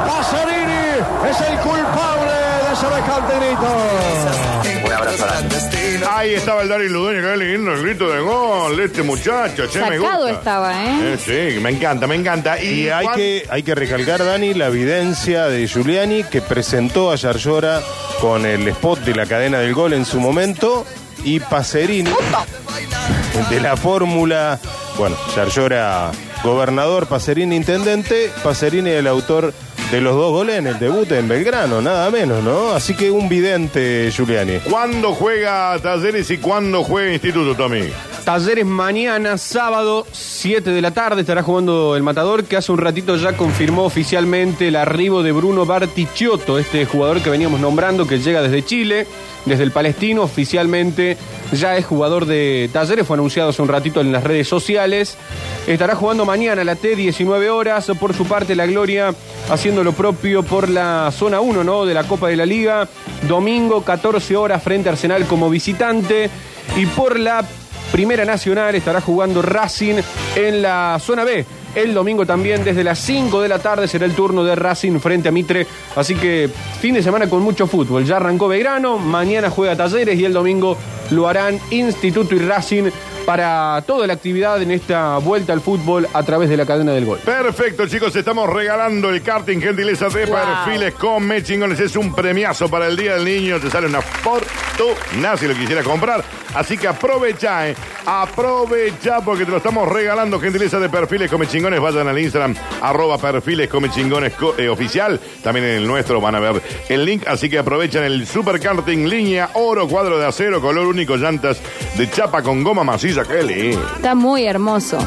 Speaker 4: Pasarini es el culpable de semejante semejante grito.
Speaker 9: Un abrazo grande.
Speaker 2: Ahí estaba el Dari Ludueño, que lindo el grito de gol de este muchacho. Che, me
Speaker 3: Sacado
Speaker 2: gusta.
Speaker 3: estaba, ¿eh?
Speaker 2: Sí, me encanta, me encanta. Y,
Speaker 6: Y hay
Speaker 2: Juan-
Speaker 6: que, hay que recalcar, Dani, la evidencia de Giuliani que presentó a Yarlora con el spot de la cadena del gol en su momento y Pacerini de la fórmula. Bueno, Yarlora gobernador, Pacerini intendente, Pacerini el autor de los dos goles en el debut en Belgrano, nada menos, ¿no? Así que un vidente, Giuliani.
Speaker 2: ¿Cuándo juega Talleres y cuándo juega Instituto, Tommy?
Speaker 5: Talleres mañana, sábado, 7 de la tarde, estará jugando el Matador, que hace un ratito ya confirmó oficialmente el arribo de Bruno Bartichotto, este jugador que veníamos nombrando, que llega desde Chile, desde el Palestino, oficialmente ya es jugador de Talleres, fue anunciado hace un ratito en las redes sociales. Estará jugando mañana a la T, 19 horas, por su parte la Gloria haciendo lo propio por la zona 1, ¿no?, de la Copa de la Liga, domingo, 14 horas, frente a Arsenal como visitante, y por la Primera Nacional estará jugando Racing en la zona B. El domingo también desde las 5 de la tarde será el turno de Racing frente a Mitre. Así que fin de semana con mucho fútbol. Ya arrancó Belgrano, mañana juega Talleres y el domingo lo harán Instituto y Racing para toda la actividad en esta vuelta al fútbol a través de la cadena del gol.
Speaker 2: Perfecto, chicos, estamos regalando el karting gentileza de
Speaker 3: Wow.
Speaker 2: perfiles con me chingones. Es un premiazo para el Día del Niño. Te sale una fortuna si lo quisieras comprar. Así que aprovecha, eh. Aprovecha porque te lo estamos regalando. Gentileza de perfiles come chingones. Vayan al Instagram, arroba perfiles come chingones co- eh, oficial. También en el nuestro van a ver el link. Así que aprovechan el super karting línea oro, cuadro de acero, color único, llantas de chapa con goma maciza. Qué lindo.
Speaker 3: Está muy hermoso.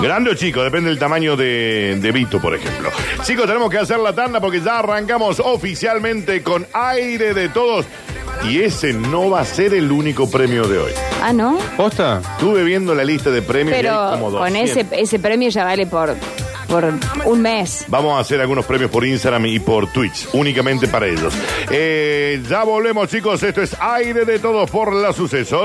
Speaker 2: Grande o chico, depende del tamaño de, de Vito, por ejemplo. Chicos, tenemos que hacer la tanda porque ya arrancamos oficialmente con aire de todos. Y ese no va a ser el único premio de hoy.
Speaker 3: Ah, ¿no?
Speaker 5: ¿Posta?
Speaker 2: Estuve viendo la lista de premios. y hay
Speaker 3: Pero
Speaker 2: como
Speaker 3: con ese,
Speaker 2: 200.
Speaker 3: ese premio ya vale por, por un mes.
Speaker 2: Vamos a hacer algunos premios por Instagram y por Twitch, únicamente para ellos. Eh, ya volvemos, chicos. Esto es aire de todos por las sucesos.